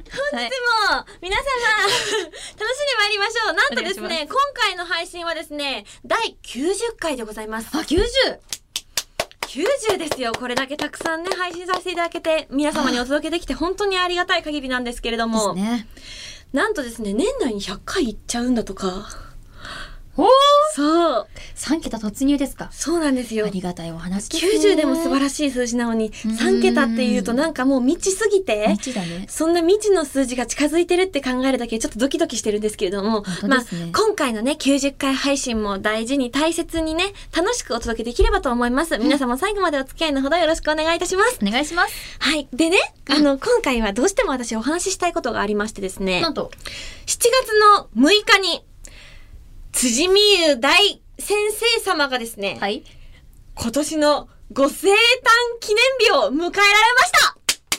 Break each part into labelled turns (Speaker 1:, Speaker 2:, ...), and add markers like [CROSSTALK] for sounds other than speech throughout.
Speaker 1: 本日も
Speaker 2: [LAUGHS]
Speaker 1: 皆様、楽しんでまいりましょう。なんとです
Speaker 2: お願い
Speaker 1: ね、今回の配信はですね、第90回でございます。
Speaker 2: あ、90!
Speaker 1: 90ですよ。これだけたくさんね、配信させていただけて、皆様にお届けできて本当にありがたい限りなんですけれど
Speaker 2: です
Speaker 1: も、
Speaker 2: ね。
Speaker 1: なんとですね、年内に100回いっちゃうんだとか。
Speaker 2: おー
Speaker 1: そう。
Speaker 2: !3 桁突入ですか。
Speaker 1: そうなんですよ
Speaker 2: あ。りがたいお話です、ね。
Speaker 1: 90でも素晴
Speaker 2: し
Speaker 1: らしい数字なのに、
Speaker 2: ん
Speaker 1: 3桁っていうとなんかもう未知すぎて、
Speaker 2: 未知だね。
Speaker 1: そんな未知の数字が近づいてるって考えるだけちょっとドキドキしてるんですけれども、
Speaker 2: 当
Speaker 1: まあ
Speaker 2: ですね、
Speaker 1: 今回のね、90回配信も大事に大切にね、楽しくお届けできればと思います。皆様最後までお付き合いのほどよろしくお願いいたします。
Speaker 2: お願いします。
Speaker 1: はい。でね、あの、今回はどうしても私お話ししたいことがありましてですね、
Speaker 2: な
Speaker 1: 7
Speaker 2: んと、
Speaker 1: 月の6日に、辻美優大先生様がですね、
Speaker 2: はい。
Speaker 1: 今年のご生誕記念日を迎えられました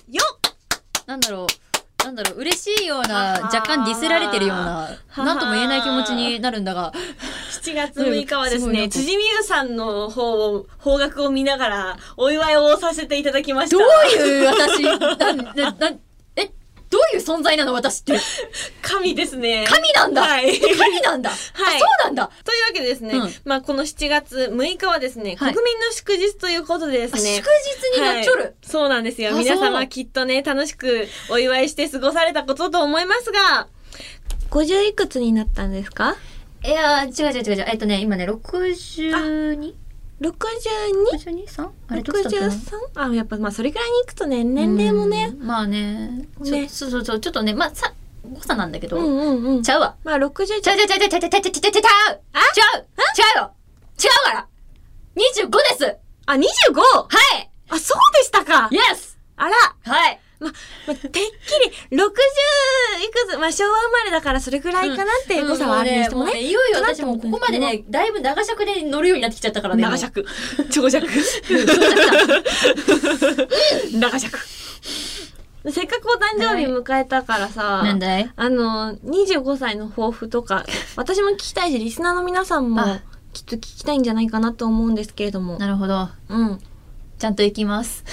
Speaker 1: よっ
Speaker 2: なんだろう。なんだろう嬉しいよう
Speaker 1: はは
Speaker 2: な若干ディスられてるような
Speaker 1: は
Speaker 2: なんとも言えない気持ちになるんだが
Speaker 1: 7月6日はです
Speaker 2: うんすごいな
Speaker 1: ね、
Speaker 2: んか
Speaker 1: 辻美優さんの方を、方角を見ながら、お祝いをさせていただきました。
Speaker 2: どういう
Speaker 1: [LAUGHS]
Speaker 2: 私なんななえどういう存在なの私って
Speaker 1: 神ですね。
Speaker 2: 神なんだ、
Speaker 1: [LAUGHS] はい。
Speaker 2: 神なんだ、
Speaker 1: はい
Speaker 2: あそうなんだ
Speaker 1: というわけでですね、
Speaker 2: うん
Speaker 1: まあこの7月6日はですね、
Speaker 2: はい
Speaker 1: 国民の祝日ということでで
Speaker 2: あ
Speaker 1: す
Speaker 2: 祝
Speaker 1: ね、
Speaker 2: 日になっちょる、
Speaker 1: はいそうなんですよ。
Speaker 2: あ
Speaker 1: 皆
Speaker 2: そ
Speaker 1: 様
Speaker 2: う
Speaker 1: きっとね、楽しくお祝いして過ごされたことと思いますが、50いくつになったんですか
Speaker 2: い、やー違う違う違う違うえっとね今ね 62?
Speaker 1: 62
Speaker 2: 62?3? あれどっちだったの
Speaker 1: ?63? あ、やっぱまあそれくらいにいくとね、年齢もね、
Speaker 2: うんまあねちょ
Speaker 1: ね
Speaker 2: そうそうそうちょっとねまあさ誤差なんだけど、
Speaker 1: うんうんうん
Speaker 2: ち。ゃうわ
Speaker 1: まあ60
Speaker 2: ちゃうちゃうちゃうちゃうちゃうちゃうちゃうちゃうちゃうちゃう違うよ違うから !25 ですは
Speaker 1: あ、25!
Speaker 2: い
Speaker 1: あ、そうでしたか
Speaker 2: イエス
Speaker 1: あら、
Speaker 2: はい
Speaker 1: ま、ま、てっきり、60いくつ、まあ、昭和生まれだからそれくらいかなっていう誤差はあるにしても
Speaker 2: うんもう
Speaker 1: ね。
Speaker 2: いよいよ
Speaker 1: かな
Speaker 2: 私
Speaker 1: と思
Speaker 2: も
Speaker 1: っ
Speaker 2: う
Speaker 1: た
Speaker 2: ここま
Speaker 1: んですけど
Speaker 2: でね、だいぶ長尺で乗るようになってきちゃったからね。
Speaker 1: 長尺。
Speaker 2: [LAUGHS]
Speaker 1: 長尺。長尺。せっかくお誕生日迎えたからさ、
Speaker 2: なんだい
Speaker 1: あの、25歳の抱負とか、私も聞きたいし、リスナーの皆さんも
Speaker 2: あ
Speaker 1: きっと聞きたいんじゃないかなと思うんですけれども。
Speaker 2: なるほど。
Speaker 1: うん。
Speaker 2: ちゃんと生きます。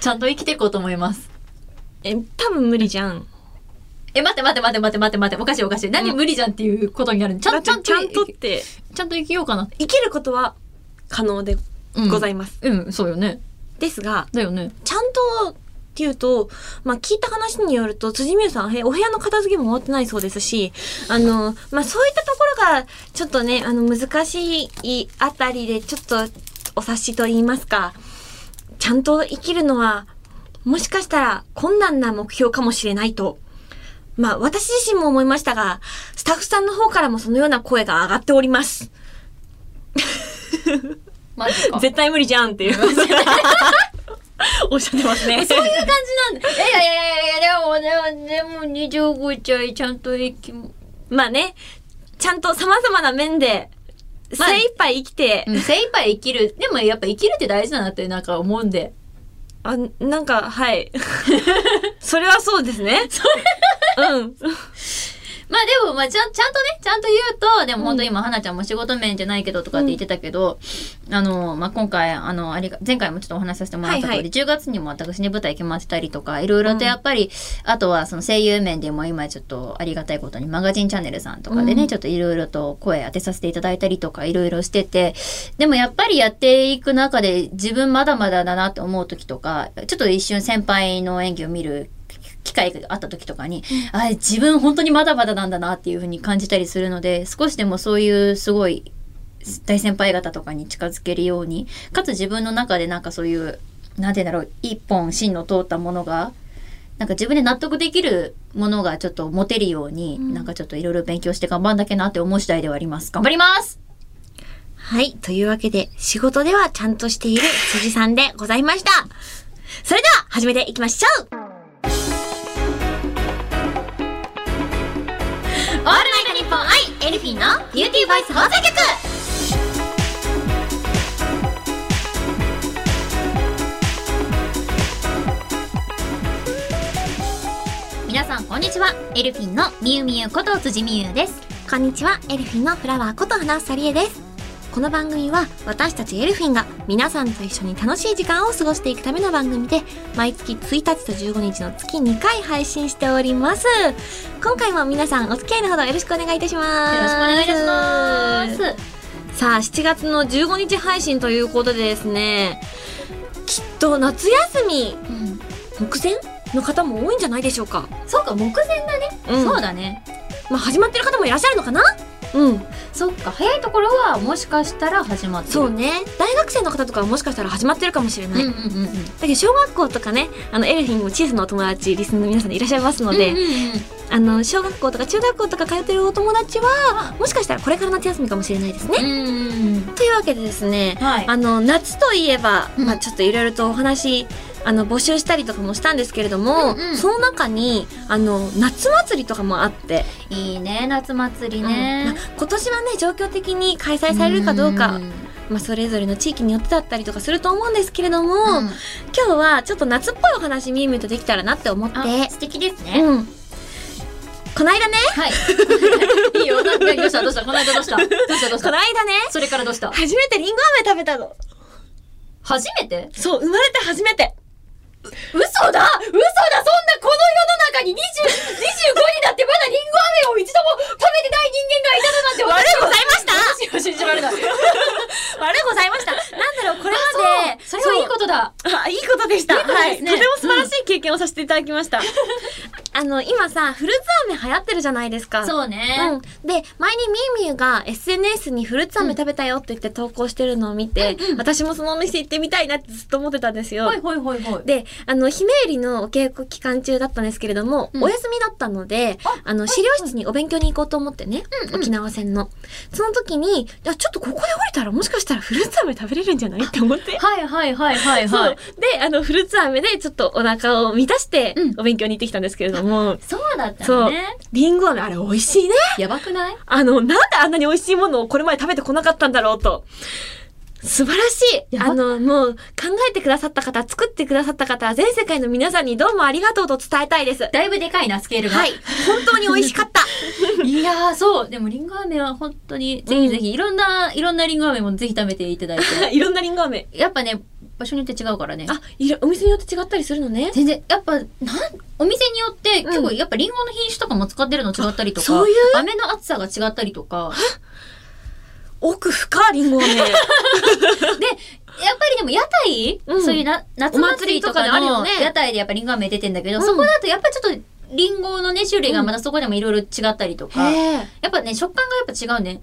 Speaker 2: ちゃんと生きていこうと思います。
Speaker 1: え、多分無理じゃん。
Speaker 2: え、待って待って待って待って待って待って、おかしいおかしい。何
Speaker 1: うん
Speaker 2: 無理じゃんっていうことになるのちゃん、ち
Speaker 1: だ
Speaker 2: ゃ
Speaker 1: っ
Speaker 2: ん
Speaker 1: て
Speaker 2: と、
Speaker 1: ちゃんとって、
Speaker 2: ちゃんと生きようかな。
Speaker 1: 生きることは可能でございます。
Speaker 2: うん、そうよね。
Speaker 1: ですが、
Speaker 2: だよね。
Speaker 1: ちゃんとっていうと、まあ、聞いた話によると、辻美優さん、へお部屋の片付けも終わってないそうですし、あの、まあ、そういったところが、ちょっとね、あの、難しいあたりで、ちょっと、お察しと言いますか、ちゃんと生きるのは、もしかしたら困難な目標かもしれないと。まあ、私自身も思いましたが、スタッフさんの方からもそのような声が上がっております。
Speaker 2: マジか。そういう
Speaker 1: 絶対無理じゃんっていう。 [LAUGHS] おっしゃってますね。
Speaker 2: 感じなんだ。いやいやいやいや、でも、でも、25歳、ちゃんと生き、
Speaker 1: まあね、ちゃんと様々な面で、精
Speaker 2: まあ
Speaker 1: 一杯生きて、
Speaker 2: うん、精一杯生きる。でも、やっぱ生きるって大事だなって、なんか思うんで。
Speaker 1: あ、なんか、 [LAUGHS] はい。それはそうですね。うん。
Speaker 2: まあでも、まあちゃん、ちゃんとね、ちゃんと言うと、でも本当今、花ちゃんも仕事面じゃないけどとかって言ってたけど、あの、まあ今回、あの、ありが、前回もちょっとお話しさせてもらった通り、
Speaker 1: はいはい
Speaker 2: 10月にも私ね、舞台決まってたりとか、いろいろとやっぱり、あとはその声優面でも今ちょっとありがたいことに、マガジンチャンネルさんとかでね、
Speaker 1: うん
Speaker 2: ちょっといろいろと声当てさせていただいたりとか、いろいろしてて、でもやっぱりやっていく中で自分まだまだだなって思う時とか、ちょっと一瞬先輩の演技を見る機会があった時とかに、あ自分本当にまだまだなんだなっていうふうに感じたりするので、少しでもそういうすごい大先輩方とかに近づけるように、かつ自分の中でなんかそういう、なんて言うんだろう、一本芯の通ったものが、なんか自分で納得できるものがちょっと持てるように、なんかちょっといろいろ勉強して頑張んなきゃなって思う次第ではあります。頑張ります
Speaker 1: はい。というわけで、仕事ではちゃんとしている辻さんでございました。それでは、始めていきましょう
Speaker 2: オールナイトニッポンアイエルフィンのビューティーバイス放送局皆さんこんにちはエルフィンのみゆみゆこと辻みゆです
Speaker 1: こんにちは、エルフィンのフラワーこと花サリエです。この番組は私たちエルフィンが皆さんと一緒に楽しい時間を過ごしていくための番組で毎月1日と15日の月2回配信しております今回も皆さんお付き合いのほどよろしくお願いいたします
Speaker 2: よろしくお願いいたします。
Speaker 1: さあ7月の15日配信ということでですねきっと夏休み
Speaker 2: うん
Speaker 1: 目前の方も多いんじゃないでしょうか、
Speaker 2: そうか、目前だね。
Speaker 1: うん
Speaker 2: そうだね。
Speaker 1: まあ、始まってる方もいらっしゃるのかなうん
Speaker 2: そっか、早いところはもしかしたら始まってる。
Speaker 1: そうね大学生の方とかはもしかしたら始まってるかもしれ
Speaker 2: うん
Speaker 1: な
Speaker 2: う
Speaker 1: い、
Speaker 2: ん
Speaker 1: だ
Speaker 2: うんうん。
Speaker 1: けど小学校とかねあのエルフィンも小さなお友達リスナーの皆さんいらっしゃいますので、
Speaker 2: うんうんうん
Speaker 1: あの小学校とか中学校とか通ってるお友達はもしかしたらこれから夏休みかもしれないですね、
Speaker 2: うんうんうん。
Speaker 1: というわけでですね、
Speaker 2: はい
Speaker 1: あの夏といえば、
Speaker 2: うん
Speaker 1: まあ、ちょっといろいろとお話あの募集したりとかもしたんですけれども、
Speaker 2: うんうん
Speaker 1: その中にあの夏祭りとかもあって、
Speaker 2: いいね、夏祭り
Speaker 1: まあ
Speaker 2: ね。
Speaker 1: 今年はね状況的に開催されるかどうか、
Speaker 2: んん
Speaker 1: まあ、それぞれの地域によってだったりとかすると思うんですけれども、
Speaker 2: うん。
Speaker 1: 今日はちょっと夏っぽいお話みゆみゆとできたらなって思って、
Speaker 2: あ、素敵ですね。
Speaker 1: うん、こないだね
Speaker 2: はい。 [LAUGHS] いいよ。ななどうしたどうしたこの間どうしたどうしたどうし
Speaker 1: こ
Speaker 2: た
Speaker 1: ないだね
Speaker 2: それからどうした
Speaker 1: 初めてりんご飴食べたの
Speaker 2: 初めて
Speaker 1: そう生まれて初めて
Speaker 2: 嘘だ嘘だそんなこの世の中に20 25になってまだリンゴ飴を一度も食べてない人間がいたのなんて悪いございました私は信じられない。
Speaker 1: 悪いございましたなんだろうこれまで
Speaker 2: それはいいことだ。
Speaker 1: とあいいことでし
Speaker 2: い
Speaker 1: た
Speaker 2: いことですね
Speaker 1: はい、とても素晴らしい経験をさせていただきました、あの今さフルーツ飴流行ってるじゃないですか
Speaker 2: そうね。
Speaker 1: うん、で前にみゆみゆが SNS にフルーツ飴食べたよって言って投稿してるのを見て、私もそのお店行ってみたいなってずっと思ってたんですよ
Speaker 2: ほ。いほいほいほい。
Speaker 1: であのひめゆりのお稽古期間中だったんですけれども、
Speaker 2: うん
Speaker 1: お休みだったので
Speaker 2: あ
Speaker 1: あの資料室にお勉強に行こうと思ってね、沖縄戦のその時にあちょっとここで降りたらもしかしたらフルーツ飴食べれるんじゃないって思 [LAUGHS] って。
Speaker 2: はいはいはいはい
Speaker 1: そ
Speaker 2: は
Speaker 1: う
Speaker 2: い。
Speaker 1: であのフルーツ飴でちょっとお腹を満たして
Speaker 2: うん
Speaker 1: お勉強に行ってきたんですけれども、
Speaker 2: そうだった
Speaker 1: そ
Speaker 2: の
Speaker 1: う
Speaker 2: ね。
Speaker 1: りんご飴あれ美味しいね
Speaker 2: やばくない
Speaker 1: あの、なんであんなに美味しいものをこれまで食べてこなかったんだろうと。素晴らしい
Speaker 2: やば
Speaker 1: あの、もう考えてくださった方、作ってくださった方、全世界の皆さんにどうもありがとうと伝えたいです。は
Speaker 2: だいぶでかいな、スケールが。
Speaker 1: い。本当に美味しかった。
Speaker 2: いやー、そう。でも、リンゴ飴は本当に、ぜひぜひ、いろんな、いろんなリンゴ飴もぜひ食べていただいて。
Speaker 1: [LAUGHS] いろんなリンゴ飴。
Speaker 2: やっぱね、場所によって違うからね。
Speaker 1: あ、いろお店によって違ったりするのね。
Speaker 2: 全然、やっぱ、なん、お店によって、
Speaker 1: ん
Speaker 2: 結構、やっぱリンゴの品種とかも使ってるの違ったりとか、
Speaker 1: そういう
Speaker 2: 飴の厚さが違ったりとか、
Speaker 1: 奥深いリンゴ飴。
Speaker 2: やっぱりでも屋台、
Speaker 1: うん
Speaker 2: そういうな、夏祭りとか
Speaker 1: お祭りとかであるよ
Speaker 2: の
Speaker 1: ね
Speaker 2: 屋台でやっぱリンゴ飴出てんだけど、
Speaker 1: うん
Speaker 2: そこだとやっぱちょっと、リンゴのね、種類がまたそこでもいろいろ違ったりとか、や
Speaker 1: [LAUGHS] へえ。
Speaker 2: っぱね、食感がやっぱ違うね。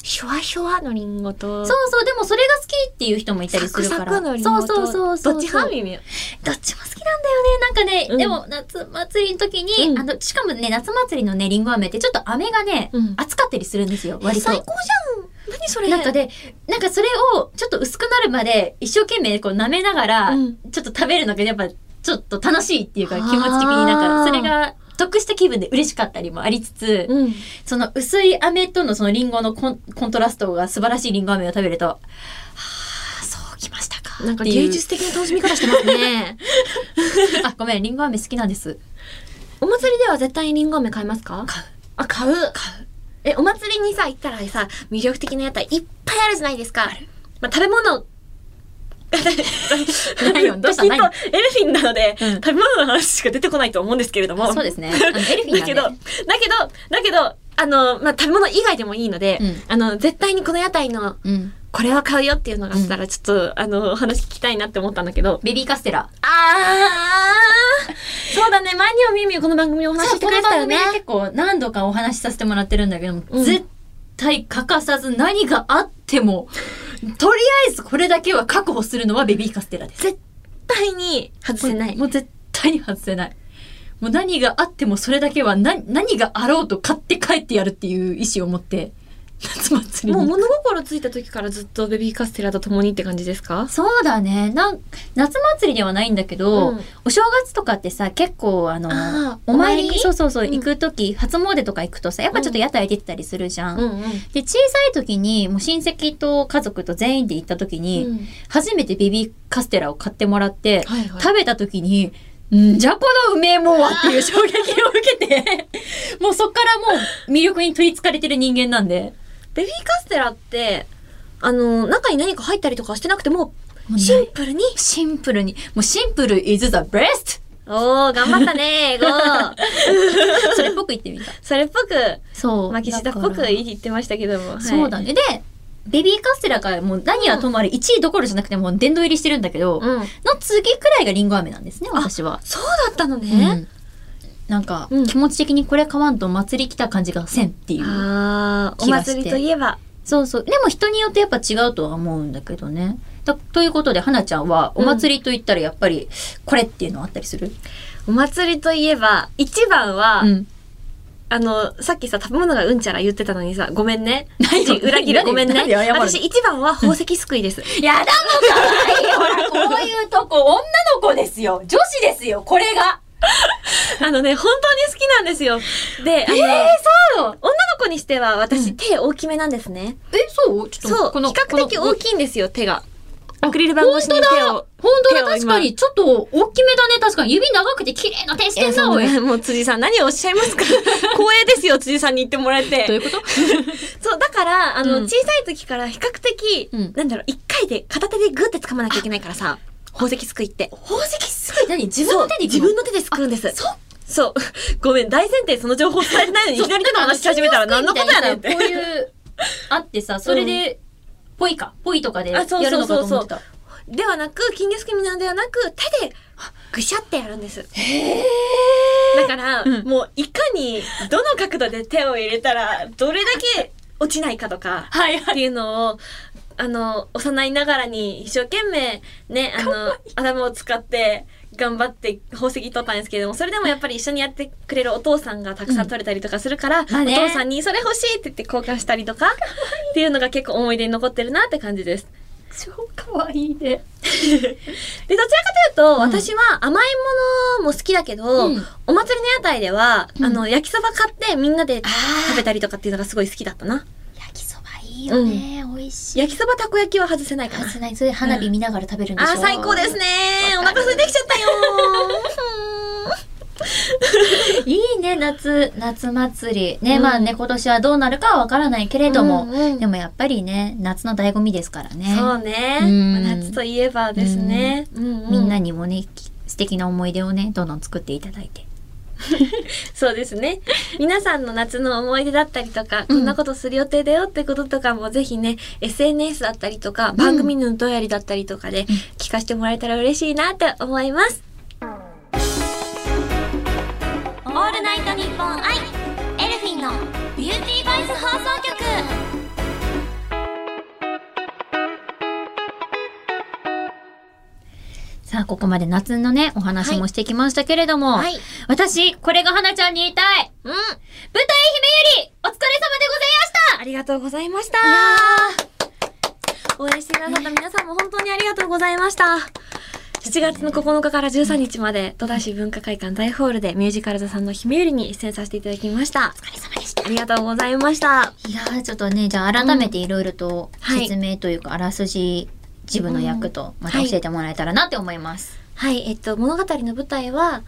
Speaker 1: ひわひわのリンゴと。
Speaker 2: そうそう、でもそれが好きっていう人もいたり
Speaker 1: サ
Speaker 2: す
Speaker 1: ク
Speaker 2: るか
Speaker 1: サ
Speaker 2: ら。
Speaker 1: クのリンゴと。
Speaker 2: そうそうそうそう。
Speaker 1: どっち派みみゆ
Speaker 2: どっちも好きなんだよね。なんかね、
Speaker 1: うん
Speaker 2: でも夏祭りの時に、
Speaker 1: うん
Speaker 2: あの、しかもね、夏祭りのね、リンゴ飴ってちょっと飴がね、
Speaker 1: うん
Speaker 2: 厚かったりするんですよ、割と。
Speaker 1: 最高じゃん。何それ。
Speaker 2: なんかで、なんかそれをちょっと薄くなるまで一生懸命こう舐めながら、
Speaker 1: うん
Speaker 2: ちょっと食べるのがやっぱちょっと楽しいっていうか
Speaker 1: あー
Speaker 2: 気持ち的になんかそれが得した気分で嬉しかったりもありつつ、
Speaker 1: [LAUGHS] うん。
Speaker 2: その薄い飴とのそのリンゴのコンコントラストが素晴らしいリンゴ飴を食べると、はあ、そうきましたか。
Speaker 1: なんか
Speaker 2: っていう
Speaker 1: 芸術的な楽しみ方してますね。
Speaker 2: [LAUGHS] あ、ごめん、リンゴ飴好きなんです。
Speaker 1: お祭りでは絶対にリンゴ飴買いますか
Speaker 2: 買う。
Speaker 1: あ、買う。え、お祭りにさ、行ったらさ、魅力的な屋台いっぱいあるじゃないですか。まあ、食べ [LAUGHS] 物、
Speaker 2: 何よどうした
Speaker 1: 私と
Speaker 2: 何よ
Speaker 1: エルフィンなので、
Speaker 2: うん
Speaker 1: 食べ物の話しか出てこないと思うんですけれども。
Speaker 2: そうですね。あ
Speaker 1: [LAUGHS]
Speaker 2: のエルフィン
Speaker 1: だ
Speaker 2: がね
Speaker 1: けど、だけど、だけど、あの、まあ、食べ物以外でもいいので、
Speaker 2: うん
Speaker 1: あの、絶対にこの屋台の、
Speaker 2: うん。
Speaker 1: これは買うよっていうのがあったら、ちょっと、あの、お話聞きたいなって思ったんだけど。
Speaker 2: ベビーカステラ。
Speaker 1: あー、そうだね、前にもみみこの番組でお話しして
Speaker 2: こ
Speaker 1: くれ
Speaker 2: の
Speaker 1: た
Speaker 2: 番
Speaker 1: よ
Speaker 2: 組
Speaker 1: ね
Speaker 2: で。結構何度かお話しさせてもらってるんだけども、
Speaker 1: うん
Speaker 2: 絶対欠かさず何があっても、とりあえずこれだけは確保するのはベビーカステラです。
Speaker 1: 絶対に外せない。
Speaker 2: もう絶対に外せない。もう何があってもそれだけは何何があろうと買って帰ってやるっていう意思を持って、夏祭り
Speaker 1: もう
Speaker 2: に。
Speaker 1: 物心ついた時からずっとベビーカステラと共にって感じですか
Speaker 2: そうだね。なん夏祭りではないんだけど、
Speaker 1: うん
Speaker 2: お正月とかってさ、結構あの、
Speaker 1: あー
Speaker 2: お参
Speaker 1: お参
Speaker 2: り
Speaker 1: り
Speaker 2: そうそうそう、
Speaker 1: うん
Speaker 2: 行くとき、初詣とか行くとさ、やっぱちょっと屋台出てたりするじゃん。
Speaker 1: うんうん。
Speaker 2: で、小さい時に、もう親戚と家族と全員で行った時に、初めてベビーカステラを買ってもらって、
Speaker 1: はいはい
Speaker 2: 食べた時に、んじゃこのうめえもんはっていう衝撃を受けて、 [LAUGHS] もうそっからもう魅力に取り憑かれてる人間なんで。
Speaker 1: ベビーカステラって、あの、中に何か入ったりとかしてなくても
Speaker 2: もう、ない
Speaker 1: シンプルに、
Speaker 2: シンプルに、もうシンプル is the best!
Speaker 1: おー、頑張った [LAUGHS] ねー、ゴー。
Speaker 2: それっぽく言ってみた。
Speaker 1: それっぽく、
Speaker 2: そう。
Speaker 1: マキシタっぽ
Speaker 2: だ
Speaker 1: く
Speaker 2: から
Speaker 1: 言ってましたけども。はい
Speaker 2: そうだね。で、ベビーカステラがもう何はともあれ1位どころじゃなくてもう殿堂入りしてるんだけど、
Speaker 1: うん。
Speaker 2: の次くらいがリンゴ飴なんですね、私は。
Speaker 1: そうだったの
Speaker 2: う
Speaker 1: ね。
Speaker 2: んなんか、
Speaker 1: うん
Speaker 2: 気持ち的にこれ買わんと祭り来た感じがせんっていう。
Speaker 1: あー、お
Speaker 2: 気がして
Speaker 1: 祭りといえば。
Speaker 2: そうそう。でも人によってやっぱ違うとは思うんだけどね。だということで、花ちゃんはお祭りと言ったらやっぱりこれっていうのあったりする、
Speaker 1: お祭りといえば、一番は、
Speaker 2: うん
Speaker 1: あの、さっきさ、食べ物がうんちゃら言ってたのにさ、ごめんね。
Speaker 2: 何よ
Speaker 1: 裏切る
Speaker 2: 何
Speaker 1: ごめんね
Speaker 2: 何謝。る
Speaker 1: 私、一番は宝石すくい
Speaker 2: [LAUGHS]
Speaker 1: です。
Speaker 2: やだもんかわいいほら、こういうとこ、女の子ですよ女子ですよこれが
Speaker 1: あのね、本当に好きなんですよ。で、あの、
Speaker 2: そう
Speaker 1: 女の子にしては私、
Speaker 2: うん
Speaker 1: 手大きめなんですね。
Speaker 2: え、そうちょっと、
Speaker 1: そう、比較的大
Speaker 2: い。
Speaker 1: きいんですよ、手が。
Speaker 2: あ
Speaker 1: アクリル板越しに手を。
Speaker 2: 本当
Speaker 1: 手
Speaker 2: だ、
Speaker 1: を今
Speaker 2: 確かに。ちょっと大きめだね、確かに。指長くて綺麗な手してんな、おい。
Speaker 1: もう辻さん何をおっしゃいま
Speaker 2: [LAUGHS]
Speaker 1: すか光栄ですよ、辻さんに言ってもらえ
Speaker 2: どうい
Speaker 1: て。
Speaker 2: うこと
Speaker 1: そう、だから、あの、
Speaker 2: うん
Speaker 1: 小さい時から比較的、
Speaker 2: うん
Speaker 1: なんだろう、一回で片手でグーって掴まなきゃいけないからさ、宝石すくいって。
Speaker 2: 宝石すごい、何自分の手
Speaker 1: そう
Speaker 2: で
Speaker 1: 自分の手ですくうんです。
Speaker 2: そう
Speaker 1: そう。ごめん、大前提その情報伝えてないのに、いきなり手の話し始めたら何のことやねんって。
Speaker 2: こういう、あってさ、それで、ぽいか、ぽいとかでや
Speaker 1: あ
Speaker 2: る
Speaker 1: そうそうそう
Speaker 2: のか
Speaker 1: そう
Speaker 2: と思ってた。
Speaker 1: ではなく、金魚すくいなんではなく、手で、ぐしゃってやるんです。
Speaker 2: へ
Speaker 1: だから、
Speaker 2: うん
Speaker 1: もう、いかに、どの角度で手を入れたら、どれだけ落ちないかとか、
Speaker 2: はい
Speaker 1: っ
Speaker 2: はい。
Speaker 1: ていうのを、あの、幼いながらに一生懸命、ね、あの、頭を使って、頑張って宝石取ったんですけれども、それでもやっぱり一緒にやってくれるお父さんがたくさん取れたりとかするから、
Speaker 2: まあね
Speaker 1: お父さんにそれ欲しいって言って交換したりとか、っていうのが結構思い出に残ってるなって感じです。
Speaker 2: 超かわいいね。
Speaker 1: で、どちらかというと、
Speaker 2: うん
Speaker 1: 私は甘いものも好きだけど、
Speaker 2: うん
Speaker 1: お祭りの屋台では、
Speaker 2: うん
Speaker 1: あの、焼きそば買ってみんなで
Speaker 2: あ
Speaker 1: 食べたりとかっていうのがすごい好きだったな。
Speaker 2: 焼きそばいいよね。美味しい。
Speaker 1: 焼きそばたこ焼きは外せないかな。
Speaker 2: 外せない。それで花火見ながら食べるんでしょ
Speaker 1: あー、最高ですね。お
Speaker 2: わか
Speaker 1: 腹
Speaker 2: る
Speaker 1: 空いてきちゃったよ
Speaker 2: [LAUGHS] いいね、夏、夏祭り。ね、
Speaker 1: うん
Speaker 2: まあね、今年はどうなるかはわからないけれ
Speaker 1: ー。
Speaker 2: ども、
Speaker 1: うんうん
Speaker 2: でもやっぱりね、夏の醍醐味ですからね。
Speaker 1: そうね。
Speaker 2: うん
Speaker 1: まあ夏といえばですね。み
Speaker 2: みんなにもね、き素敵な思い出をね、どんどん作っていただいて。
Speaker 1: そうですね。皆さんの夏の思い出だったりとか、こ
Speaker 2: うん
Speaker 1: んなことする予定だよってこととかも、ぜひね、SNS だったりとか、番組のどやりだったりとかで聞かせてもらえたら嬉しいなって思います。
Speaker 2: オールナイトニッポンアイエルフィンのビューティーバイス放送局さあ、ここまで夏のね、お話もしてきましたけれども、
Speaker 1: はい。
Speaker 2: 私、これが花ちゃんに言いたい
Speaker 1: うん。
Speaker 2: 舞台姫ゆりお疲れ様でございました
Speaker 1: ありがとうございました。応援してくださった皆さんも本当にありがとうございました。7月の9日から13日まで、戸田市文化会館大ホールでミュージカル座さんのひめゆりに出演させていただきました。
Speaker 2: お疲れ様でした
Speaker 1: ありがとうございました。
Speaker 2: いやーちょっとねじゃあ改めていろいろと
Speaker 1: はい
Speaker 2: 説明というか、あらすじ自分の役とまた教えてもらえたらなって思います。
Speaker 1: はい、えっと、物語の舞台は、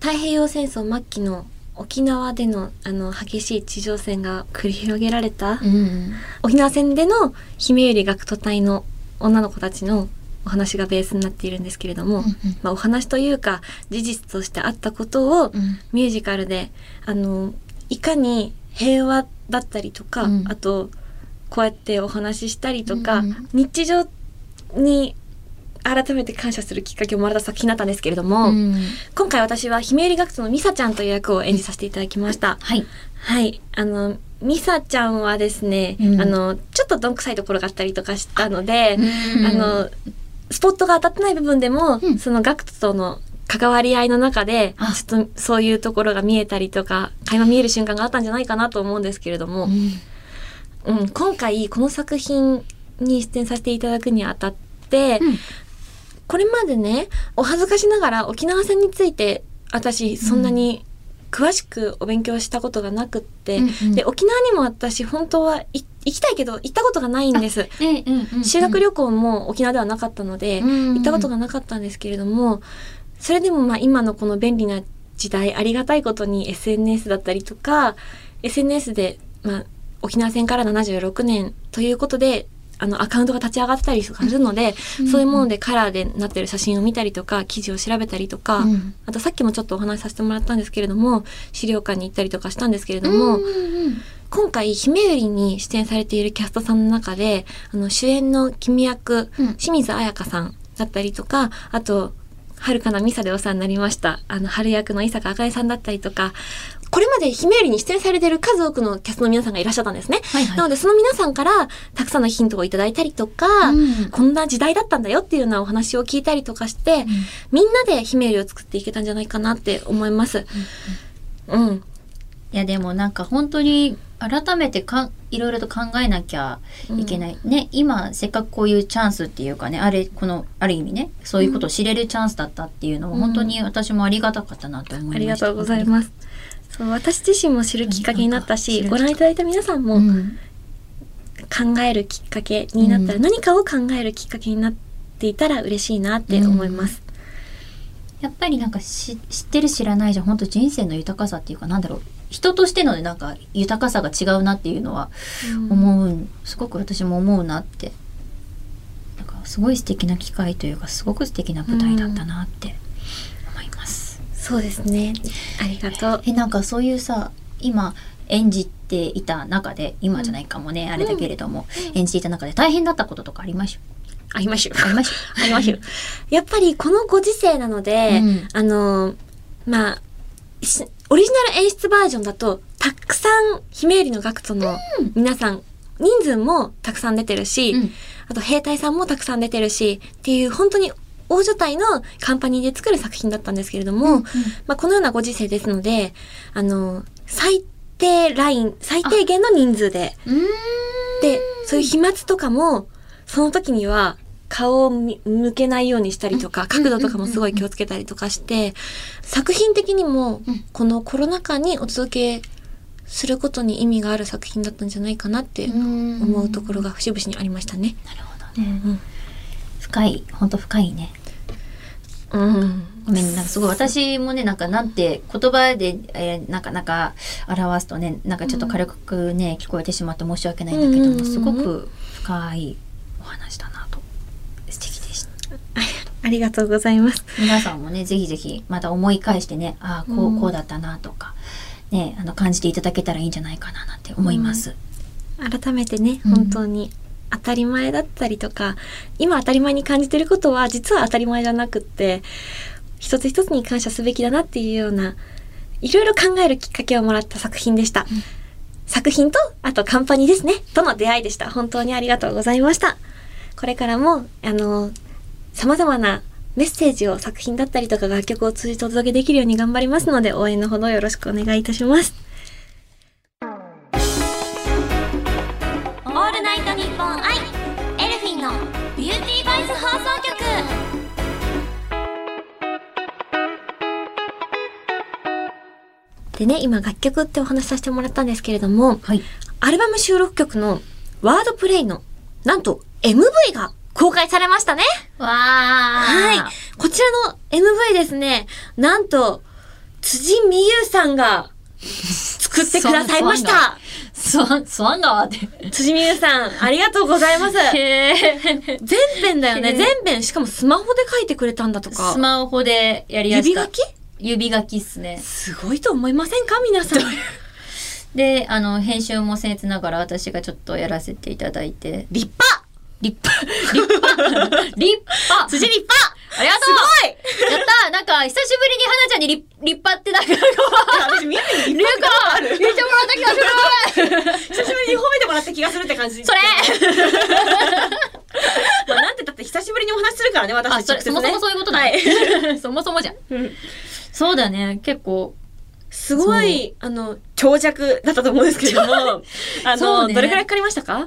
Speaker 1: 太平洋戦争末期の沖縄での、あの、激しい地上戦が繰り広げられた、
Speaker 2: うん
Speaker 1: 沖縄戦でのひめゆり学徒隊の女の子たちのお話がベースになっているんですけれど
Speaker 2: う
Speaker 1: も、
Speaker 2: ん
Speaker 1: まあ、お話というか事実としてあったことを
Speaker 2: うん
Speaker 1: ミュージカルであのいかに平和だったりとか、
Speaker 2: うん
Speaker 1: あとこうやってお話ししたりとか、
Speaker 2: うん
Speaker 1: 日常に改めて感謝するきっかけをもらった作品だったんですけれど
Speaker 2: う
Speaker 1: も、
Speaker 2: ん
Speaker 1: 今回私はひめゆり学徒のミサちゃんという役を演じさせていただきました。
Speaker 2: はい。
Speaker 1: はい、あのミサちゃんはですね、
Speaker 2: うん
Speaker 1: あのちょっとどんくさいところがあったりとかしたので、
Speaker 2: うん
Speaker 1: あのスポットが当たってない部分でも、
Speaker 2: うん
Speaker 1: そのガクトとの関わり合いの中で
Speaker 2: あ
Speaker 1: ちょっとそういうところが見えたりとか垣間見える瞬間があったんじゃないかなと思うんですけれども、うん今回この作品に出演させていただくにあたって、
Speaker 2: うん
Speaker 1: これまでねお恥ずかしながら沖縄戦について私そんなに詳しくお勉強したことがなくって、
Speaker 2: うんうん
Speaker 1: で沖縄にも私本当はい行きたいけど行ったことがないんです。
Speaker 2: うんうんうん
Speaker 1: 修学旅行も沖縄ではなかったので、
Speaker 2: 行
Speaker 1: 行ったこと
Speaker 2: が
Speaker 1: がなかったんですけれども、それでもまあ今のこの便利な時代、ありがたいことに SNS だったりとか、SNS で、まあ、沖縄戦から76年ということで、あのアカウントが立ち上がってたりとかするので、そういうものでカラーでなってる写真を見たりとか記事を調べたりとか、
Speaker 2: うん
Speaker 1: あとさっきもちょっとお話しさせてもらったんですけれども資料館に行ったりとかしたんですけれども、今回「ひめゆり」に出演されているキャストさんの中であの主演の君役、
Speaker 2: うん
Speaker 1: 清水彩香さんだったりとかあとはるかなミサでお世話になりましたあの春役の伊坂あかねさんだったりとかこれまで「ひめゆり」に出演されている数多くのキャストの皆さんがいらっしゃったんですね。
Speaker 2: はいはい
Speaker 1: なのでその皆さんからたくさんのヒントをいただいたりとか、
Speaker 2: うん
Speaker 1: こんな時代だったんだよっていうようなお話を聞いたりとかして、みんなでひめゆりを作っていけたんじゃないかなって思います。うん、
Speaker 2: いやでもなんか本当に改めてかんいろいろと考えなきゃいけない、ね今せっかくこういうチャンスっていうかねあれこのある意味ねそういうことを知れるチャンスだったっていうのは、
Speaker 1: うん
Speaker 2: 本当に私もありがたかったなと思いました
Speaker 1: ありがとうございます。そう私自身も知るきっかけになったし、
Speaker 2: うん
Speaker 1: ご覧いただいた皆さんも
Speaker 2: うん
Speaker 1: 考えるきっかけになったら、
Speaker 2: うん
Speaker 1: 何かを考えるきっかけになっていたら嬉しいなって思います。
Speaker 2: やっぱりなんかし知ってる知らないじゃ本当人生の豊かさっていうかなんだろう人としてのねなんか豊かさが違うなっていうのは
Speaker 1: うん
Speaker 2: 思う、すごく私も思うなってなんかすごい素敵な機会というかすごく素敵な舞台だったなって思います。
Speaker 1: そうですね。ありがとう。
Speaker 2: えなんかそういうさ今演じていた中で今じゃないかもね、あれだけれども、演じていた中で大変だったこととかありまし
Speaker 1: ありましゅ。
Speaker 2: あり
Speaker 1: [LAUGHS]
Speaker 2: まし
Speaker 1: ありましゅ。やっぱりこのご時世なので、
Speaker 2: うん
Speaker 1: あの、まあ、しオリジナル演出バージョンだと、たくさん、ひめゆりの学徒の皆さん、人数もたくさん出てるし、
Speaker 2: うん
Speaker 1: あと兵隊さんもたくさん出てるし、っていう本当に大所帯のカンパニーで作る作品だったんですけれども、まあ、このようなご時世ですので、あの、最低ライン、最低限の人数で、
Speaker 2: うーん
Speaker 1: で、そういう飛沫とかも、その時には顔をみ向けないようにしたりとか、角度とかもすごい気をつけたりとかして、作品的にも
Speaker 2: うん、
Speaker 1: このコロナ禍にお届けすることに意味がある作品だったんじゃないかなって思うところが節々にありましたね。
Speaker 2: なるほどね、深い本当深いね
Speaker 1: うん。
Speaker 2: ごめんねなんかすごい私もねなんかなんて言葉で、えー、なんかなんか表すとねなんかちょっと軽くね、聞こえてしまって申し訳ないんだけど
Speaker 1: うんうんうん
Speaker 2: も
Speaker 1: うん
Speaker 2: すごく深いお話だなと素敵でした
Speaker 1: ありがとうございます。
Speaker 2: 皆さんもねぜひぜひまた思い返してねああこ
Speaker 1: うん
Speaker 2: うこうだったなとか、ねあの感じていただけたらいいんじゃないかななんて思います、
Speaker 1: 改めてね、
Speaker 2: うん
Speaker 1: 本当に当たり前だったりとか、今当たり前に感じてることは実は当たり前じゃなくって、一つ一つに感謝すべきだなっていうような、いろいろ考えるきっかけをもらった作品でした。作品と、あとカンパニーですね、との出会いでした。本当にありがとうございました。これからも、あの、様々なメッセージを作品だったりとか楽曲を通じてお届けできるように頑張りますので、応援のほどよろしくお願いいたします。
Speaker 3: オールナイトニッポン愛エルフィンのビューティーバイス放送局
Speaker 1: でね、今楽曲ってお話しさせてもらったんですけれども、
Speaker 2: はい
Speaker 1: アルバム収録曲のワードプレイの、なんと MV が公開されましたね。
Speaker 2: わあ
Speaker 1: はい。こちらの MV ですね、なんと、辻美優さんが作ってくださいま
Speaker 2: そ
Speaker 1: し
Speaker 2: んな
Speaker 1: た。
Speaker 2: スワンスワン川で
Speaker 1: 辻美優さん、ありがとうございます。
Speaker 2: へー
Speaker 1: 全編だよね。
Speaker 2: へえ
Speaker 1: 全編。しかもスマホで書いてくれたんだと
Speaker 2: [LAUGHS] ス
Speaker 1: か。
Speaker 2: マホでやりやす
Speaker 1: 指
Speaker 2: かっ
Speaker 1: 書
Speaker 2: た
Speaker 1: き
Speaker 2: 指書きっすね。
Speaker 1: すごいと思いませんか皆さん。
Speaker 2: で、あの、編集も僭越ながら私がちょっとやらせていただいて、
Speaker 1: 立派
Speaker 2: 立派立派立派
Speaker 1: 辻立派
Speaker 2: ありがと
Speaker 1: すごいう
Speaker 2: やったーなんか、久しぶりに花ちゃんに立立派ってなんか、
Speaker 1: [LAUGHS]
Speaker 2: [LAUGHS]
Speaker 1: 私、みんなに
Speaker 2: リュウカ言ってもらった気がする
Speaker 1: 久しぶりに褒めてもらった気がするって感じ。
Speaker 2: それ
Speaker 1: まあ、なんてだって久しぶりにお話しするからね、私
Speaker 2: あ、
Speaker 1: たち
Speaker 2: それ、そもそもそういうことだ。
Speaker 1: はい
Speaker 2: [LAUGHS] そもそもじゃん。
Speaker 1: うん
Speaker 2: そうだね、結構。
Speaker 1: すごい、あの、長尺だったと思うんですけれども、
Speaker 2: [LAUGHS]
Speaker 1: あ
Speaker 2: そ
Speaker 1: の、
Speaker 2: うね
Speaker 1: どれくらいかかりましたか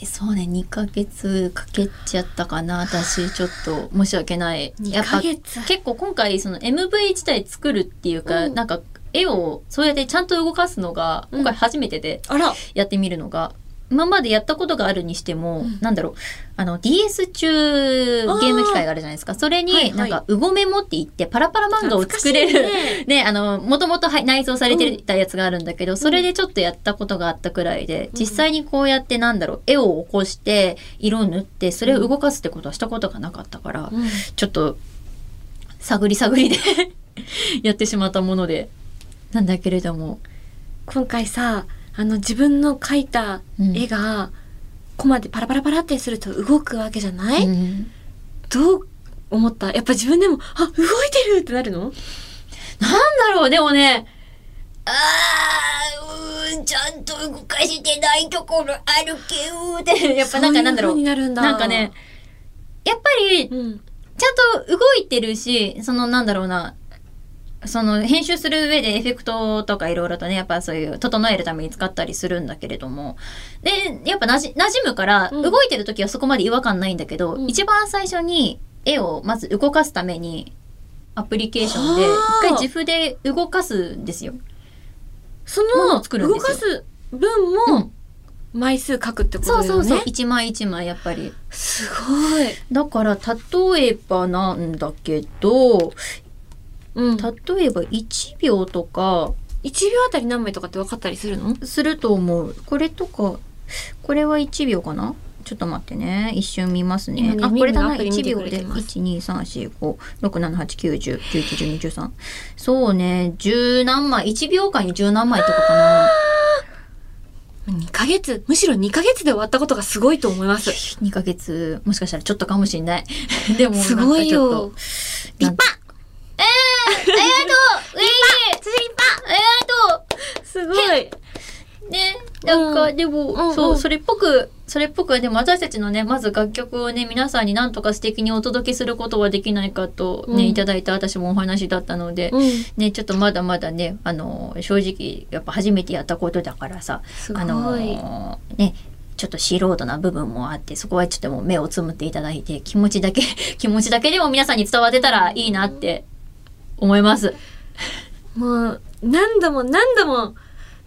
Speaker 2: えそうね、2ヶ月かけちゃったかな、私、ちょっと、申し訳ない。やっぱ
Speaker 1: 月
Speaker 2: [LAUGHS] 結構今回その MV 自体作るっていうか、
Speaker 1: うん
Speaker 2: なんか絵をそうやってちゃんと動かすのが
Speaker 1: うん
Speaker 2: 今回初めてで
Speaker 1: あら、
Speaker 2: やってみるのが、今までやったことがあるにしても、なんだろう、あの、DS 中ゲーム機会があるじゃないですか。それに、
Speaker 1: はいは
Speaker 2: ないんか、うごめもって言って、パラパラ漫画を作れる、
Speaker 1: 懐かしい
Speaker 2: [LAUGHS]
Speaker 1: ね
Speaker 2: ねあの、もともとはい内蔵されてたやつがあるんだけど、それでちょっとやったことがあったくらいで、実際にこうやってなんだろう、絵を起こして、色を塗って、それを動かすってことはしたことがなかったから、
Speaker 1: うん
Speaker 2: ちょっと、探り探りで [LAUGHS] やってしまったもので、なんだけれども、
Speaker 1: 今回さあの自分の描いた絵が、コマでパラパラパラってすると動くわけじゃない、
Speaker 2: うん
Speaker 1: どう思ったやっぱ自分でもあ動いてるってなるの
Speaker 2: なんだろう、でもね、あー、うーん、ちゃんと動かしてないところあるけど、って、やっぱなんかなんだろ
Speaker 1: そう
Speaker 2: う。
Speaker 1: いう風になるんだ
Speaker 2: なんかね、やっぱり、ち
Speaker 1: うん
Speaker 2: ゃんと動いてるし、そのなんだろうな、その編集する上でエフェクトとかいろいろとね、やっぱそういう整えるために使ったりするんだけれども。で、やっぱなじ、馴染むから、
Speaker 1: うん
Speaker 2: 動いてる時はそこまで違和感ないんだけど、
Speaker 1: うん
Speaker 2: 一番最初に絵をまず動かすために、アプリケーションで、
Speaker 1: は
Speaker 2: 一
Speaker 1: あ
Speaker 2: 回自負で動かすんですよ。
Speaker 1: そ
Speaker 2: もの
Speaker 1: の
Speaker 2: を作るん
Speaker 1: 動
Speaker 2: です
Speaker 1: か
Speaker 2: よ
Speaker 1: す分
Speaker 2: う
Speaker 1: も
Speaker 2: ん。
Speaker 1: 枚数書くってことだ
Speaker 2: そ
Speaker 1: よ
Speaker 2: う
Speaker 1: ね、
Speaker 2: そうそう。一枚一枚やっぱり。
Speaker 1: すごい、
Speaker 2: だから、例えばなんだけど、
Speaker 1: うん、1
Speaker 2: 例えば1秒とか
Speaker 1: 秒あたり何枚とかって分かったりするの
Speaker 2: すると思う。これとか、これは1秒かなちょっと待ってね。一瞬見ますね。
Speaker 1: 今
Speaker 2: あ、
Speaker 1: ね
Speaker 2: これだな。
Speaker 1: ミムのアプリ見
Speaker 2: 1
Speaker 1: て
Speaker 2: 秒
Speaker 1: くれて
Speaker 2: で。
Speaker 1: ます
Speaker 2: 1、2、3、4、5、6、7、8、9、10、11、12、13。そうね。十何枚。1秒間に十何枚とかかな。
Speaker 1: 2ヶ月むしろ2ヶ月で終わったことがすごいと思います
Speaker 2: 2ヶ月、もしかしたらちょっとかもしんない。でも、
Speaker 1: すごいよ。
Speaker 2: 立派えー、ありがとうウェイ立派ありがと
Speaker 1: すごい、
Speaker 2: うね、なんか、
Speaker 1: うん
Speaker 2: でも、
Speaker 1: うんうん
Speaker 2: そう、それっぽく、それっぽく、でも私たちのね、まず楽曲をね、皆さんになんとか素敵にお届けすることはできないかとね、
Speaker 1: うん
Speaker 2: いただいた私もお話だったので、
Speaker 1: うん、
Speaker 2: ね、ちょっとまだまだね、あの、正直、やっぱ初めてやったことだからさ、
Speaker 1: すごい
Speaker 2: あの、ね、ちょっと素人な部分もあって、そこはちょっともう目をつむっていただいて、気持ちだけ、 [LAUGHS] 気持ちだけでも皆さんに伝わってたらいいなって思います。
Speaker 1: もう何度も何度も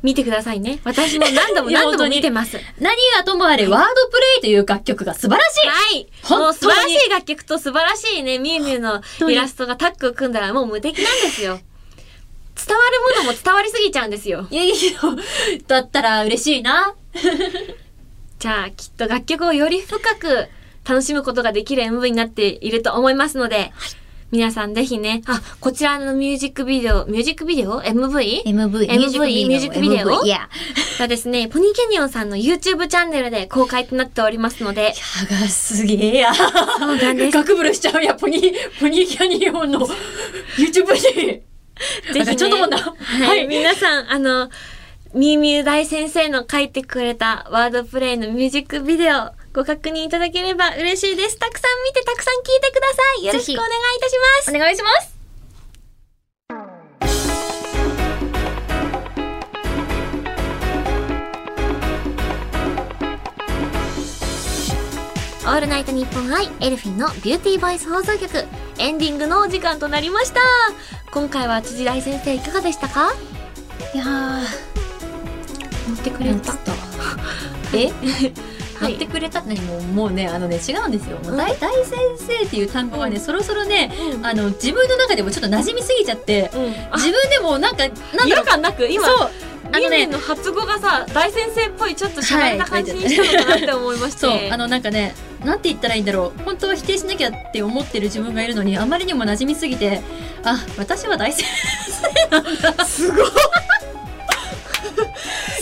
Speaker 1: 見てくださいね私も何度も何度も見てますは
Speaker 2: 何はともあれ、ワードプレイという楽曲が素晴らしい
Speaker 1: い
Speaker 2: 本当に
Speaker 1: もう素晴らしい楽曲と素晴らしいねミュウミュウの
Speaker 2: 当に
Speaker 1: イラストがタッグを組んだらもう無敵なんですよ伝わるものも伝わりすぎちゃうんですよ
Speaker 2: いやいや、だったら嬉しいな。
Speaker 1: じゃあきっと楽曲をより深く楽しむことができる MV になっていると思いますので、皆さんぜひね、あ、こちらのミュージックビデオ、ミュージックビデオ ?MV?
Speaker 2: MV、
Speaker 1: MV ミュージックビデオ
Speaker 2: MV いや、
Speaker 1: がですね、ポニーキャニオンさんの YouTube チャンネルで公開となっておりますので、
Speaker 2: 歯がすげえや。そう
Speaker 1: なんです
Speaker 2: ガクブルしちゃうや、ポニー、ポニーキャニオンの YouTube に。
Speaker 1: ぜひ、ね、
Speaker 2: ちょっと待った。
Speaker 1: はい、皆さん、あの、みゆみゆ大先生の書いてくれたワードプレイのミュージックビデオ、ご確認いただければ嬉しいです。たくさん見て、たくさん聞いてください。よろしくお願いいたします。
Speaker 2: 願いします。
Speaker 1: オールナイトニッポンアイエルフィンのビューティーボイス放送局エンディングのお時間となりました今回は辻大先生いかがでしたか
Speaker 2: いやー、
Speaker 1: 乗ってく
Speaker 2: なんつっえ
Speaker 1: は
Speaker 2: やっ
Speaker 1: い
Speaker 2: てくれた何もうもうねあのね違うんですよ。も
Speaker 1: うん
Speaker 2: う大大先生っていう単語はね、
Speaker 1: うん
Speaker 2: そろそろね
Speaker 1: うん
Speaker 2: あの自分の中でもちょっと馴染みすぎちゃって
Speaker 1: うんあ
Speaker 2: 自分でもなんかなん
Speaker 1: 違
Speaker 2: だろう
Speaker 1: 和感なく今
Speaker 2: そうあ
Speaker 1: ミ
Speaker 2: の
Speaker 1: ンミン
Speaker 2: ね
Speaker 1: の発語がさ大先生っぽいちょっとしゃがれた感じにしたのかなって思いまして
Speaker 2: そうあのなんかねなんて言ったらいいんだろう本当は否定しなきゃって思ってる自分がいるのにあまりにも馴染みすぎてあ私は大先
Speaker 1: すごい
Speaker 2: 生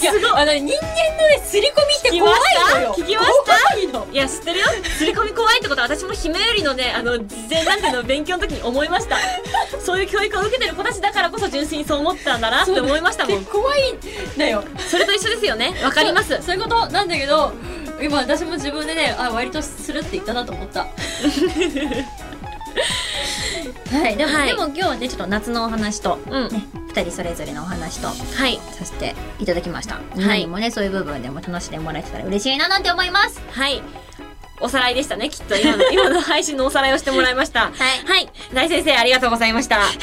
Speaker 2: いやあのね人間のね刷り込みって怖いのよ
Speaker 1: 聞きました
Speaker 2: 怖いの
Speaker 1: いや知ってるよ刷り込み怖いってことは私も姫よりのねあの事前なんての勉強の時に思いましたそういう教育を受けてる子たちだからこそ純粋にそう思ったんだなって思いましたもん
Speaker 2: 怖いんだよ
Speaker 1: それと一緒ですよねわかります
Speaker 2: そうそういうことなんだけど今私も自分でねあ割とするって言ったなと思った [LAUGHS] はいでも、
Speaker 1: はい
Speaker 2: でも今日はねちょっと夏のお話と
Speaker 1: うん
Speaker 2: ね2人それぞれのお話と
Speaker 1: はい
Speaker 2: させていただきました、みんなにもねそういう部分でも楽しんでもらえてたら嬉しいななんて思います
Speaker 1: はい。おさらいでしたね、きっと。今の、 [LAUGHS] 今の配信のおさらいをしてもらいました。はい。大先生、ありがとうございました。はい。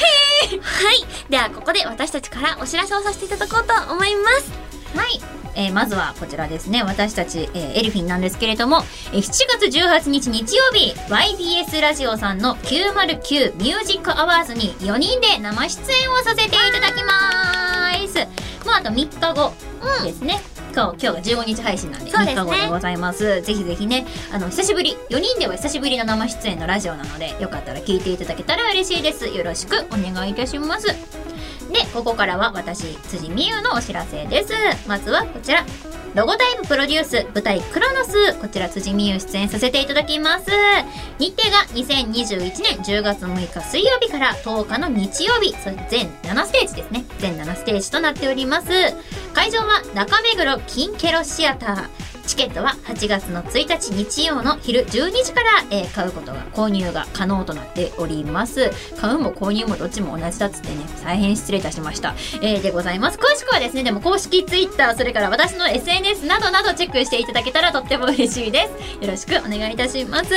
Speaker 1: では、ここで私たちからお知らせをさせていただこうと思います。
Speaker 2: はい、えーまずはこちらですね私たち、えーエルフィンなんですけれども、えー7月18日日曜日 YBS ラジオさんの909ミュージックアワーズに4人で生出演をさせていただきますもうあと3日後ですね、今日今日が15日配信なんで
Speaker 3: そう
Speaker 2: 3
Speaker 3: ですね
Speaker 2: 日後でございますぜひぜひねあの久しぶり4人では久しぶりの生出演のラジオなのでよかったら聞いていただけたら嬉しいですよろしくお願いいたしますでここからは私辻美優のお知らせですまずはこちらロゴタイププロデュース舞台クロノスこちら辻美優出演させていただきます日程が2021年10月6日水曜日から10日の日曜日そして全7ステージですね全7ステージとなっております会場は中目黒金ケロシアターチケットは8月の1日日曜の昼12時から、えー買うことが購入が可能となっております買うも購入もどっちも同じだっつってね大変失礼いたしました、えーでございます詳しくはですねでも公式 Twitter それから私の SNS などなどチェックしていただけたらとっても嬉しいですよろしくお願いいたします、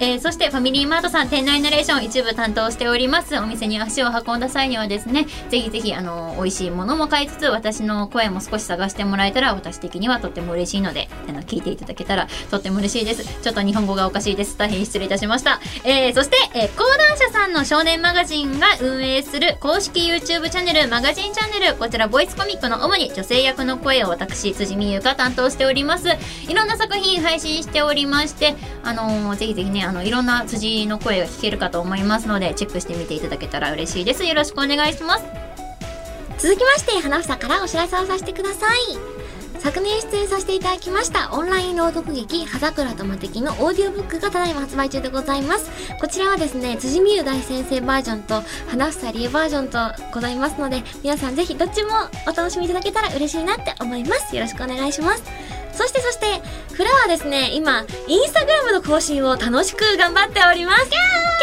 Speaker 2: えーそしてファミリーマートさん店内ナレーション一部担当しておりますお店に足を運んだ際にはですねぜひぜひあの美味しいものも買いつつ私の声も少し探してもらえたら私的にはとっても嬉しいのであの聞いていただけたらとっても嬉しいですちょっと日本語がおかしいです大変失礼いたしました、えーそして、えー講談社さんの少年マガジンが運営する公式 YouTube チャンネルマガジンチャンネルこちらボイスコミックの主に女性役の声を私辻美優が担当しておりますいろんな作品配信しておりましてあのーぜひぜひねあのいろんな辻の声が聞けるかと思いますのでチェックしてみていただけたら嬉しいですよろしくお願いします
Speaker 3: 続きまして花房からお知らせをさせてください昨年出演させていただきましたオンライン朗読劇「葉桜と魔敵」のオーディオブックがただいま発売中でございますこちらはですね辻美優大先生バージョンと花房理恵バージョンとございますので皆さんぜひどっちもお楽しみいただけたら嬉しいなって思いますよろしくお願いしますそしてそしてフラはですね今インスタグラムの更新を楽しく頑張っておりますキャーキャーありがと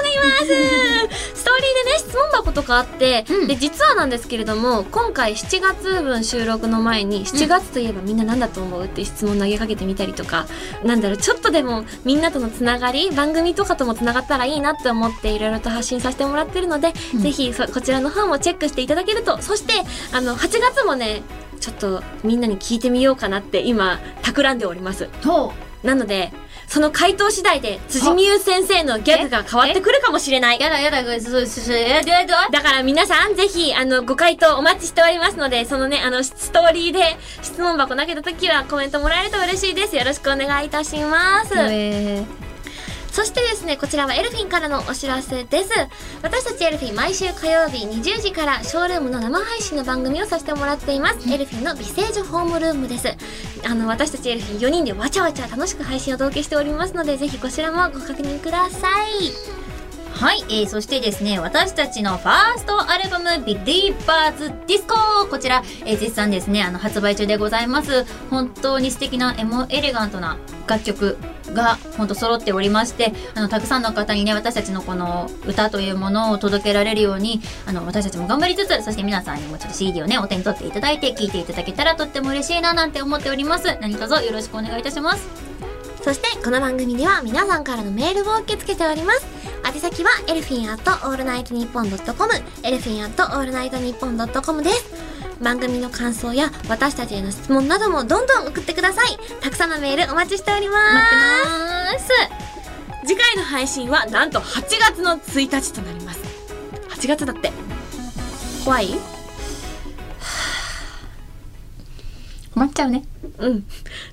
Speaker 3: うございます
Speaker 2: [LAUGHS]
Speaker 1: ストーリーでね質問箱とかあって、
Speaker 2: うん
Speaker 1: で実はなんですけれども今回7月分収録の前に7月といえばみんな何だと思うって質問投げかけてみたりとか、なんだろうちょっとでもみんなとのつながり番組とかともつながったらいいなって思っていろいろと発信させてもらってるので、
Speaker 2: うん
Speaker 1: ぜひそこちらの方もチェックしていただけるとそしてあの8月もねちょっとみんなに聞いてみようかなって今企んでおります。
Speaker 2: と
Speaker 1: なのでその回答次第で辻美優先生のギャグが変わってくるかもしれない。
Speaker 2: やだやだそうそうそうやだやだ
Speaker 1: だから皆さん、ぜひ、あの、ご回答お待ちしておりますので、そのね、あの、ストーリーで質問箱投げた時はコメントもらえると嬉しいです。よろしくお願いいたします。
Speaker 2: え
Speaker 3: そしてですね、こちらはエルフィンからのお知らせです。私たちエルフィン毎週火曜日20時からショールームの生配信の番組をさせてもらっています。エルフィンの美声女ホームルームです。あの、私たちエルフィン4人でわちゃわちゃ楽しく配信をお届けしておりますので、ぜひこちらもご確認ください。
Speaker 2: はい、えー、そしてですね、私たちのファーストアルバム、Believers Disco! こちら、えー絶賛ですね、あの、発売中でございます。本当に素敵な、エモ、エレガントな楽曲が、本当揃っておりまして、あの、たくさんの方にね、私たちのこの歌というものを届けられるように、あの、私たちも頑張りつつ、そして皆さんにもちょっと CD をね、お手に取っていただいて、聴いていただけたらとっても嬉しいな、なんて思っております。何卒よろしくお願いいたします。
Speaker 3: そして、この番組では皆さんからのメールを受け付けております。宛先は、エルフィンアットオールナイトニッポンドットコム、エルフィンアットオールナイトニッポンドットコムです。番組の感想や私たちへの質問などもどんどん送ってください。たくさんのメールお待ちしております。
Speaker 2: 待ってまーす。
Speaker 1: 次回の配信は、なんと8月の1日となります。8月だって。怖い
Speaker 2: 困っちゃうね。
Speaker 1: うん。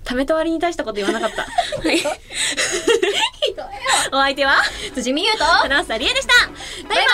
Speaker 1: ためた割に大したこと言わなかった。はい。お相手は、
Speaker 2: 辻美優と、
Speaker 1: アナウンサーリエでした。バイバイ